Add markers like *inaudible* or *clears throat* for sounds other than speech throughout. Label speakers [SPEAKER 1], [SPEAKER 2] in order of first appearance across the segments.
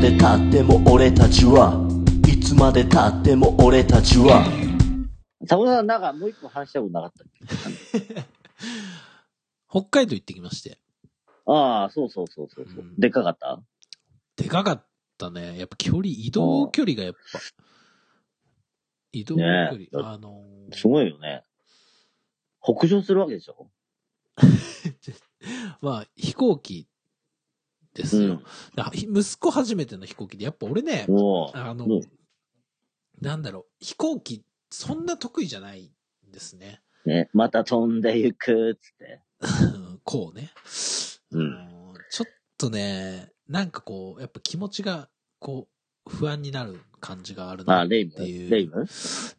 [SPEAKER 1] で経っても俺たちはいつまで経っても俺たちは
[SPEAKER 2] サボさん、なんかもう一個話したことなかったっけ
[SPEAKER 3] 北海道行ってきまして。
[SPEAKER 2] ああ、そうそうそうそうそうう。
[SPEAKER 3] ん
[SPEAKER 2] でっかかった
[SPEAKER 3] でかかったね。やっぱ距離、移動距離がやっぱ、移動距離、
[SPEAKER 2] ねえ
[SPEAKER 3] あのー
[SPEAKER 2] すごいよね。北上するわけでしょ
[SPEAKER 3] まあ、飛行機です
[SPEAKER 2] う
[SPEAKER 3] よ。
[SPEAKER 2] ん。
[SPEAKER 3] だひ息子初めての飛行機で、やっぱ俺ね、
[SPEAKER 2] も
[SPEAKER 3] あの、
[SPEAKER 2] うん
[SPEAKER 3] なんだろう、飛行機、そんな得意じゃないんですね。 *laughs*
[SPEAKER 2] う、ね、また飛んでいく、つって。
[SPEAKER 3] うんこうね。
[SPEAKER 2] うん
[SPEAKER 3] あのちょっとね、なんかこう、やっぱ気持ちが、こう、不安になる感じがある
[SPEAKER 2] あ
[SPEAKER 3] な
[SPEAKER 2] あ、
[SPEAKER 3] って
[SPEAKER 2] レイム
[SPEAKER 3] いう。
[SPEAKER 2] レイム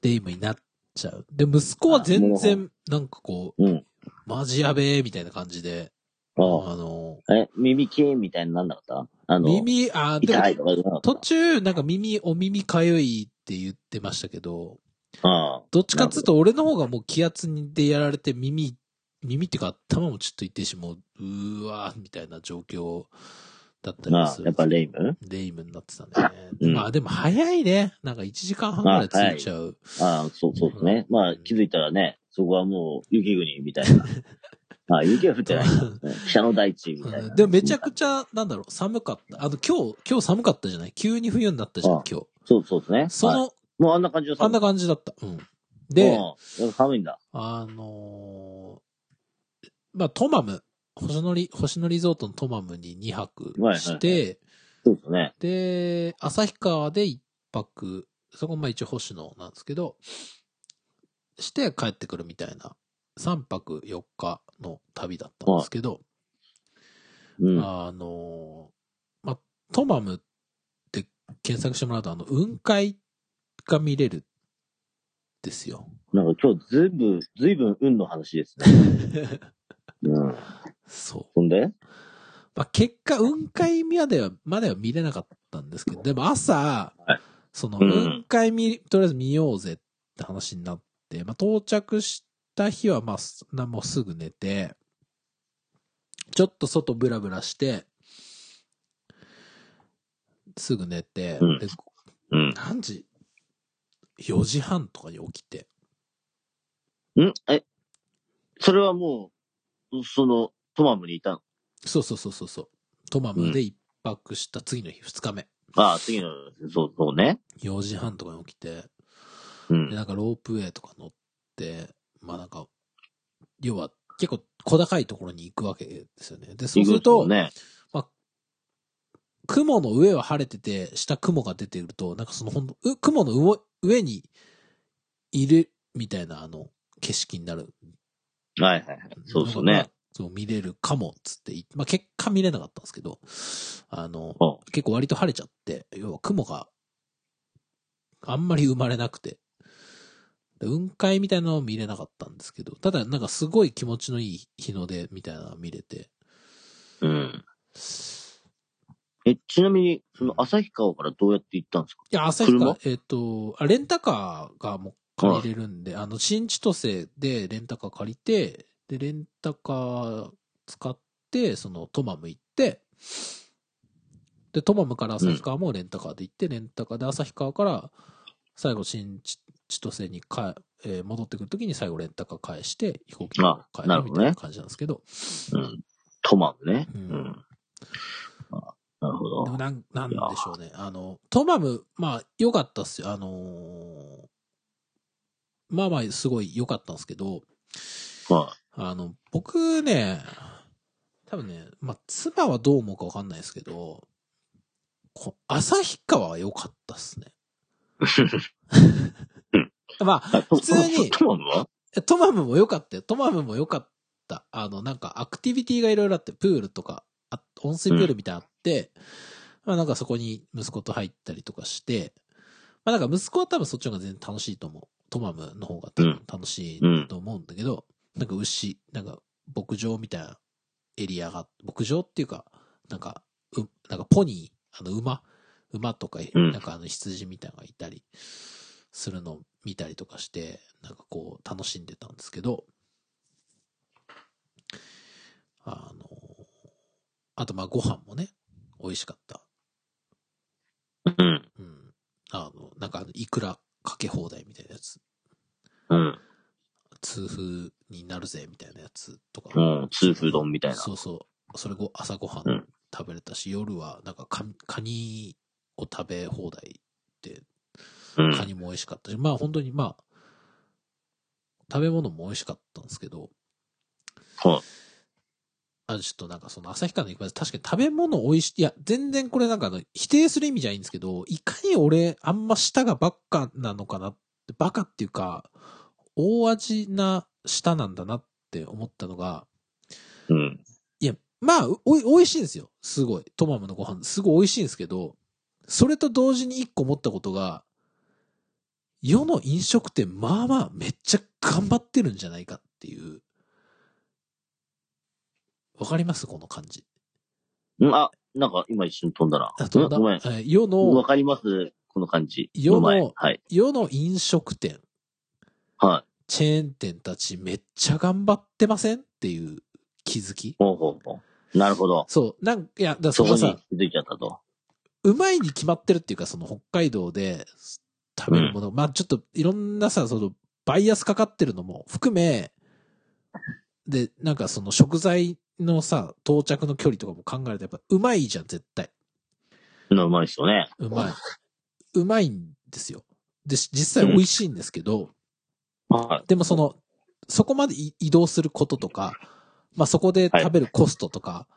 [SPEAKER 3] デイムになっちゃう。で、息子は全然、なんかこう、
[SPEAKER 2] うん。
[SPEAKER 3] マジやべえ、みたいな感じで、
[SPEAKER 2] あ
[SPEAKER 3] あの、
[SPEAKER 2] あ。え、耳キーンみたいになんなかったあの、
[SPEAKER 3] 耳、あ、でも
[SPEAKER 2] 痛いとか言わなか
[SPEAKER 3] 途
[SPEAKER 2] っ
[SPEAKER 3] 中、なんか耳、お耳かゆいって言ってましたけど、
[SPEAKER 2] た。ああ。
[SPEAKER 3] どっちかっつうと俺の方がもう気圧でやられて耳、耳っていうか頭もちょっといってしまう、うーわーみたいな状況だったり
[SPEAKER 2] あ
[SPEAKER 3] す
[SPEAKER 2] あ、
[SPEAKER 3] る。
[SPEAKER 2] やっぱレイム
[SPEAKER 3] レイムになってたね。
[SPEAKER 2] うん
[SPEAKER 3] まあでも早いね。なんか1時間半ぐらいついちゃう。
[SPEAKER 2] ああ、そうそうですね。まあ、気づいたらね、そこはもう雪国みたい
[SPEAKER 3] *laughs*
[SPEAKER 2] な。ああ、雪は降ってないんだ、ね。北の大地みたい
[SPEAKER 3] うん
[SPEAKER 2] な。
[SPEAKER 3] でもめちゃくちゃ、なんだろう、寒かった。あの、今日、今日寒かったじゃない急に冬になったじゃん
[SPEAKER 2] あ、
[SPEAKER 3] 今日。
[SPEAKER 2] そうそうですね。
[SPEAKER 3] そ
[SPEAKER 2] はい
[SPEAKER 3] の、
[SPEAKER 2] もうあんな感じの
[SPEAKER 3] あん
[SPEAKER 2] 寒
[SPEAKER 3] な
[SPEAKER 2] さ。
[SPEAKER 3] 感じだった。うん。で、
[SPEAKER 2] うん、やっぱ寒いんだ。
[SPEAKER 3] あのーまあ、トマム、星野リ、星野リゾートのトマムに2泊して、
[SPEAKER 2] はいそうですね。
[SPEAKER 3] で、旭川で1泊、そこまあ一応星野なんですけど、して帰ってくるみたいな、3泊4日の旅だったんですけど、
[SPEAKER 2] うん。
[SPEAKER 3] あのー、まあ、トマムって検索してもらうと、あの、雲海が見れるんですよ。
[SPEAKER 2] なんか今日ずいぶん、ずいぶん運の話です
[SPEAKER 3] *laughs*
[SPEAKER 2] ね。うん。
[SPEAKER 3] そう。
[SPEAKER 2] ほんで
[SPEAKER 3] まあ、結果、雲海までは、までは見れなかったんですけど、でも朝、
[SPEAKER 2] はい
[SPEAKER 3] その、
[SPEAKER 2] うん
[SPEAKER 3] 雲海見、とりあえず見ようぜって話になって、まあ、到着した日は、まあ、すなもうすぐ寝て、ちょっと外ブラブラして、すぐ寝て、
[SPEAKER 2] うん
[SPEAKER 3] で
[SPEAKER 2] うん。
[SPEAKER 3] 何時 ?4 時半とかに起きて。
[SPEAKER 2] んえ、それはもう、その、トマムにいたの
[SPEAKER 3] そうそうそうそうそう。トマムで一泊した次の日、二日目。
[SPEAKER 2] ああ、次の、そう、そうね。
[SPEAKER 3] 4時半とかに起きて、
[SPEAKER 2] う
[SPEAKER 3] で、
[SPEAKER 2] ん。
[SPEAKER 3] なんかロープウェイとか乗って、まあなんか、要は結構小高いところに行くわけですよね。で、そうすると、
[SPEAKER 2] ね。
[SPEAKER 3] 雲の上は晴れてて、下雲が出てくると、なんかそのほんと、う雲の上上にいるみたいなあの、景色になる
[SPEAKER 2] はいはいはい。そうですね。。
[SPEAKER 3] そう、見れるかも、つって言って、まあ、結果見れなかったんですけど、あの、
[SPEAKER 2] うん
[SPEAKER 3] 結構割と晴れちゃって、要は雲があんまり生まれなくて、で雲海みたいなのを見れなかったんですけど、ただなんかすごい気持ちのいい日の出みたいなのが見れて、
[SPEAKER 2] うん。え、ちなみに、その、旭川からどうやって行ったんですか
[SPEAKER 3] いや、旭川
[SPEAKER 2] 車、
[SPEAKER 3] えっ、とあ、レンタカーがもう借りれるんで、あの、新千歳でレンタカー借りて、で、レンタカー使って、その、トマム行って、で、トマムから旭川もレンタカーで行って、レンタカーで旭川から、最後、新千千歳にか、えー戻ってくるときに最後レンタカー返して、飛行機を帰
[SPEAKER 2] あなる
[SPEAKER 3] るみ
[SPEAKER 2] ほ
[SPEAKER 3] た
[SPEAKER 2] ど
[SPEAKER 3] い
[SPEAKER 2] ね
[SPEAKER 3] な感じなんですけど、
[SPEAKER 2] うん。トマムね。
[SPEAKER 3] う
[SPEAKER 2] うんん。あなるほ
[SPEAKER 3] で
[SPEAKER 2] ど。
[SPEAKER 3] もなん、なんでしょうね。あの、トマム、まあ、良かったっすよ。あのーまあまあ、すごい良かったんですけど、
[SPEAKER 2] ま
[SPEAKER 3] あの、僕ね、多分ね、まあ、妻はどう思うかわかんないですけど、こ旭川は良かったっすね。 *laughs* ま
[SPEAKER 2] あ、普
[SPEAKER 3] 普通に
[SPEAKER 2] トマムは
[SPEAKER 3] あ、トマムも良かったよ。トマムも良かった。あの、なんか、アクティビティがいろいろあって、プールとか、あ温水プールみたいなのあって、まあなんかそこに息子と入ったりとかして、まあなんか息子は多分そっちの方が全然楽しいと思う。トマムの方が多分楽しいと思うんだけど、なんか牛、なんか牧場みたいなエリアが、牧場っていうか、なんか、う、なんかポニー、あの馬、馬とか、
[SPEAKER 2] うん
[SPEAKER 3] なんかあの羊みたいなのがいたりするのを見たりとかして、なんかこう楽しんでたんですけど、あの、あとまあご飯もね、美味しかったの、いくらかけ放題みたいなやつ、
[SPEAKER 2] うん。
[SPEAKER 3] 痛風になるぜみたいなやつとか。
[SPEAKER 2] うん。痛風丼みたいな。
[SPEAKER 3] そうそう。それご、朝ごは
[SPEAKER 2] うんん
[SPEAKER 3] 食べれたし、夜はなんかカカニを食べ放題で、
[SPEAKER 2] う
[SPEAKER 3] カ
[SPEAKER 2] ん。
[SPEAKER 3] ニも美味しかったし、まあ本当にまあ、食べ物も美味しかったんですけど、
[SPEAKER 2] は
[SPEAKER 3] あ、ちょっとなんかその旭川の行くまで確かに食べ物美味しい、いや、全然これなんかあの否定する意味じゃないんですけど、いかに俺あんま舌がバカなのかなって、バカっていうか、大味な舌なんだなって思ったのが、
[SPEAKER 2] い。うん。
[SPEAKER 3] いや、まあ、おい、美味しいんですよ。すごい。トマムのご飯、すごい美味しいんですけど、それと同時に一個思ったことが、世の飲食店、まあまあ、めっちゃ頑張ってるんじゃないかっていう。わかりますこの感じ。
[SPEAKER 2] うんあ、なんか今一瞬飛んだな。
[SPEAKER 3] あと
[SPEAKER 2] うんごめん。
[SPEAKER 3] えー世
[SPEAKER 2] わ
[SPEAKER 3] の、
[SPEAKER 2] かりますこの感じ。
[SPEAKER 3] 世の
[SPEAKER 2] うまいはい。
[SPEAKER 3] 世の飲食店、
[SPEAKER 2] はい。
[SPEAKER 3] チェーン店たちめっちゃ頑張ってませんっていう気づき。
[SPEAKER 2] ほうほうほう。なるほど。
[SPEAKER 3] そう。なんか、いや、だから
[SPEAKER 2] そ
[SPEAKER 3] そ
[SPEAKER 2] こ
[SPEAKER 3] こ
[SPEAKER 2] に
[SPEAKER 3] さ、
[SPEAKER 2] 気づいちゃったと。
[SPEAKER 3] うまいに決まってるっていうか、その北海道で食べるもの、まあちょっといろんなさ、そのバイアスかかってるのも含め、で、なんかその食材のさ、到着の距離とかも考えるとやっぱうまいじゃん、絶対。
[SPEAKER 2] うんうまいっすよね。
[SPEAKER 3] うまい。うまいんですよ。で、し実際美味しいんですけど、
[SPEAKER 2] はい。
[SPEAKER 3] でもその、そこまでい移動することとか、まあそこで食べるコストとか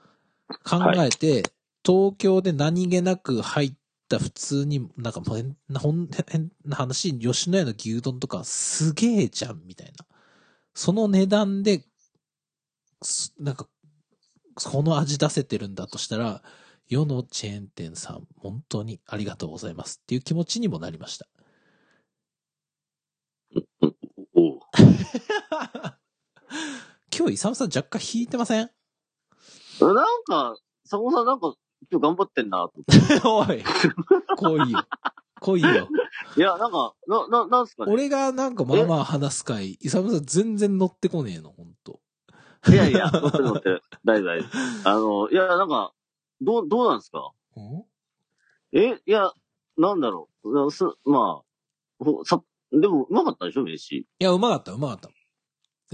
[SPEAKER 3] 考えて、東京で何気なく入った普通に、なんかもう変なほん変な話、吉野家の牛丼とかすげえじゃん、みたいな。その値段で、すなんか、この味出せてるんだとしたら、世のチェーン店さん、本当にありがとうございますっていう気持ちにもなりました。
[SPEAKER 2] おう
[SPEAKER 3] 今日、イサムさん若干引いてません
[SPEAKER 2] なんか、佐古さんなんか、今日頑張ってんなと思って。
[SPEAKER 3] おい。来いよ。来
[SPEAKER 2] *laughs*
[SPEAKER 3] いよ。
[SPEAKER 2] いや、なんか、な、な、なんすかね。
[SPEAKER 3] 俺がなんかまあまあ話す回、イサムさん全然乗ってこねえの、ほんと。
[SPEAKER 2] いやいや、待ってる待ってる。大丈夫大丈夫。あの、いや、なんか、どう、どうなんですかえ、いや、なんだろう。なすまあ、ほさ、でも、うまかったでしょ、飯。
[SPEAKER 3] いや、うまかった、うまかった。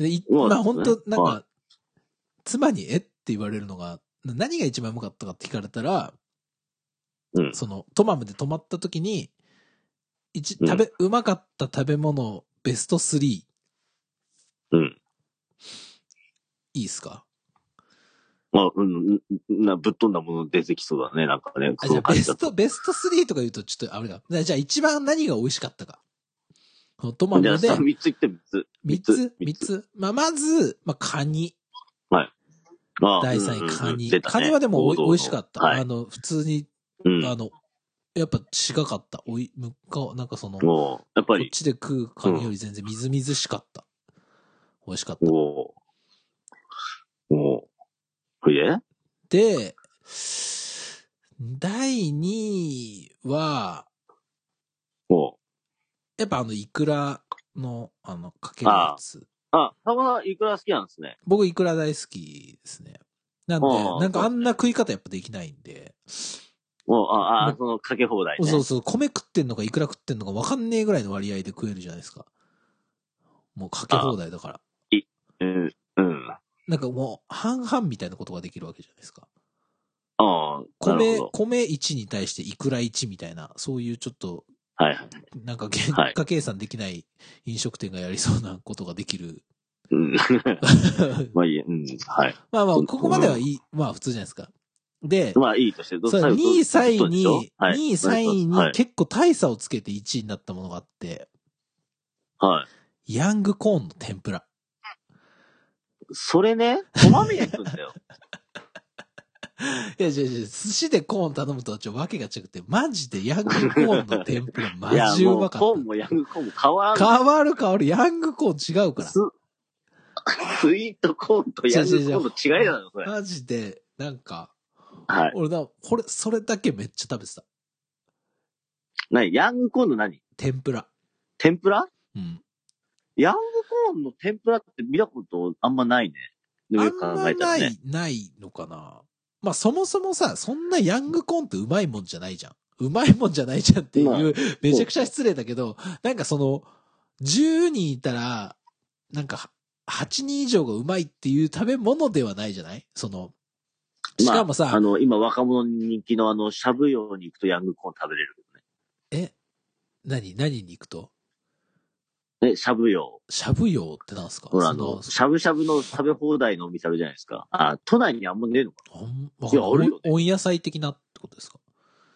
[SPEAKER 3] で、い
[SPEAKER 2] まあ
[SPEAKER 3] まあほんと
[SPEAKER 2] ね、
[SPEAKER 3] なん
[SPEAKER 2] は
[SPEAKER 3] か、妻にえって言われるのが、な何が一番うまかったかって聞かれたら、
[SPEAKER 2] うん
[SPEAKER 3] その、トマムで泊まった時に、一、
[SPEAKER 2] うん
[SPEAKER 3] 食べ、うまかった食べ物ベスト3、い
[SPEAKER 2] うん。
[SPEAKER 3] いっすか
[SPEAKER 2] まあ、うん、うんな、ぶっ飛んだもの出てきそうだね、なんかね。
[SPEAKER 3] あ
[SPEAKER 2] そ
[SPEAKER 3] じ
[SPEAKER 2] の
[SPEAKER 3] ゃあ
[SPEAKER 2] 感
[SPEAKER 3] ベ
[SPEAKER 2] じだ
[SPEAKER 3] ス
[SPEAKER 2] と。
[SPEAKER 3] ト、ベスト3とか言うとちょっとあれだ。じゃあじゃあ一番何が美味しかったか。このトマム
[SPEAKER 2] じ
[SPEAKER 3] で
[SPEAKER 2] ゃあ、さ三つ言って、三つ。
[SPEAKER 3] 3つ、三つ。まあ、まず、まあ、カニ。
[SPEAKER 2] まあ、
[SPEAKER 3] 第
[SPEAKER 2] うん
[SPEAKER 3] 3
[SPEAKER 2] うん
[SPEAKER 3] 位、
[SPEAKER 2] うん
[SPEAKER 3] カニ。
[SPEAKER 2] 出たね
[SPEAKER 3] カニはでもお
[SPEAKER 2] 王
[SPEAKER 3] い
[SPEAKER 2] 道の
[SPEAKER 3] 美味しかった。
[SPEAKER 2] はい
[SPEAKER 3] あ。の、普通に、
[SPEAKER 2] うん。
[SPEAKER 3] あの、やっぱ違かった。おい、むか、なんかその、こ
[SPEAKER 2] おうやっぱ
[SPEAKER 3] っ
[SPEAKER 2] り、
[SPEAKER 3] ちで食うカニより全然みずみずしかった。美味しかった。
[SPEAKER 2] おうおうほいで
[SPEAKER 3] で、第2位は、
[SPEAKER 2] おう
[SPEAKER 3] やっぱあの、イクラの、あの、かけるやつ。
[SPEAKER 2] あ、タコさん、いくら好きなんですね。
[SPEAKER 3] 僕、イクラ大好きですね。なんで、
[SPEAKER 2] ああ
[SPEAKER 3] なんかあ
[SPEAKER 2] そうです
[SPEAKER 3] ん
[SPEAKER 2] ね
[SPEAKER 3] な食い方やっぱできないんで。
[SPEAKER 2] おうあ、
[SPEAKER 3] う
[SPEAKER 2] あ、
[SPEAKER 3] ん
[SPEAKER 2] その、かけ放題ね。
[SPEAKER 3] そうそう、米食ってんのかイクラ食ってんのか分かんねえぐらいの割合で食えるじゃないですか。もうかけ放題だから。
[SPEAKER 2] うん、うん。
[SPEAKER 3] なんかもう半々みたいなことができるわけじゃないですか。
[SPEAKER 2] ああ、なる
[SPEAKER 3] 米
[SPEAKER 2] ほ、ど。
[SPEAKER 3] 米1に対してイクラ1みたいな、そういうちょっと、
[SPEAKER 2] はいはい。
[SPEAKER 3] なんか原
[SPEAKER 2] はい
[SPEAKER 3] 価計算できない飲食店がやりそうなことができる。
[SPEAKER 2] うん。まあいいや、うん、はい。
[SPEAKER 3] *laughs* まあまあ、ここまではいい、まあ普通じゃないですか。で、
[SPEAKER 2] まあいいとして、ど
[SPEAKER 3] そう、
[SPEAKER 2] 最後ど
[SPEAKER 3] 2位、3位
[SPEAKER 2] どうでしょう
[SPEAKER 3] に、
[SPEAKER 2] は
[SPEAKER 3] 2
[SPEAKER 2] い
[SPEAKER 3] 位、3位
[SPEAKER 2] はい
[SPEAKER 3] に。結構大差をつけて1位になったものがあって、
[SPEAKER 2] はい。
[SPEAKER 3] ヤングコーンの天ぷら。
[SPEAKER 2] それね、トマミが行くんだよ。
[SPEAKER 3] いや、違う違う、寿司でコーン頼むとはちょっとわけが違くて、マジでヤングコーンの天ぷら
[SPEAKER 2] *laughs* い
[SPEAKER 3] マ
[SPEAKER 2] や、
[SPEAKER 3] ジう
[SPEAKER 2] も
[SPEAKER 3] ま
[SPEAKER 2] う、
[SPEAKER 3] か
[SPEAKER 2] コーン
[SPEAKER 3] っ
[SPEAKER 2] もヤングコーンも変わ
[SPEAKER 3] た。
[SPEAKER 2] んない
[SPEAKER 3] 変わる変わる、ヤングコーン違うから
[SPEAKER 2] ス。スイートコーンとヤングコーンの違いだろ、それ。
[SPEAKER 3] マジで、なんか、
[SPEAKER 2] はい。
[SPEAKER 3] 俺な、これ、それだけめっちゃ食べてた。
[SPEAKER 2] 何ヤングコーンの何
[SPEAKER 3] 天ぷら。
[SPEAKER 2] 天ぷら
[SPEAKER 3] うん。
[SPEAKER 2] ヤングコーンの天ぷらって見たことあんまないね。でも
[SPEAKER 3] あ
[SPEAKER 2] よ
[SPEAKER 3] ん
[SPEAKER 2] く考
[SPEAKER 3] ま
[SPEAKER 2] えたら
[SPEAKER 3] な
[SPEAKER 2] ね。
[SPEAKER 3] い、ないのかな。まあそもそもさ、そんなヤングコーンってうまいもんじゃないじゃん。うまいもんじゃないじゃんっていう、
[SPEAKER 2] まあ
[SPEAKER 3] めちゃくちゃ失礼だけど、なんかその、10人いたら、なんか、8人以上がうまいっていう食べ物ではないじゃないその、しかもさ、
[SPEAKER 2] あの、今若者に人気のあの、しゃぶ用に行くとヤングコーン食べれるけ
[SPEAKER 3] え、何、何に行くと
[SPEAKER 2] どね。ね、しゃぶ用。
[SPEAKER 3] しゃぶ用ってなんすか
[SPEAKER 2] ほら、あ
[SPEAKER 3] そ
[SPEAKER 2] の、しゃぶしゃぶの食べ放題のお店あるじゃないですか。あ、都内にあんまねえのか
[SPEAKER 3] ほんわか
[SPEAKER 2] い
[SPEAKER 3] んない
[SPEAKER 2] やあるよね
[SPEAKER 3] 温野菜的なってことですか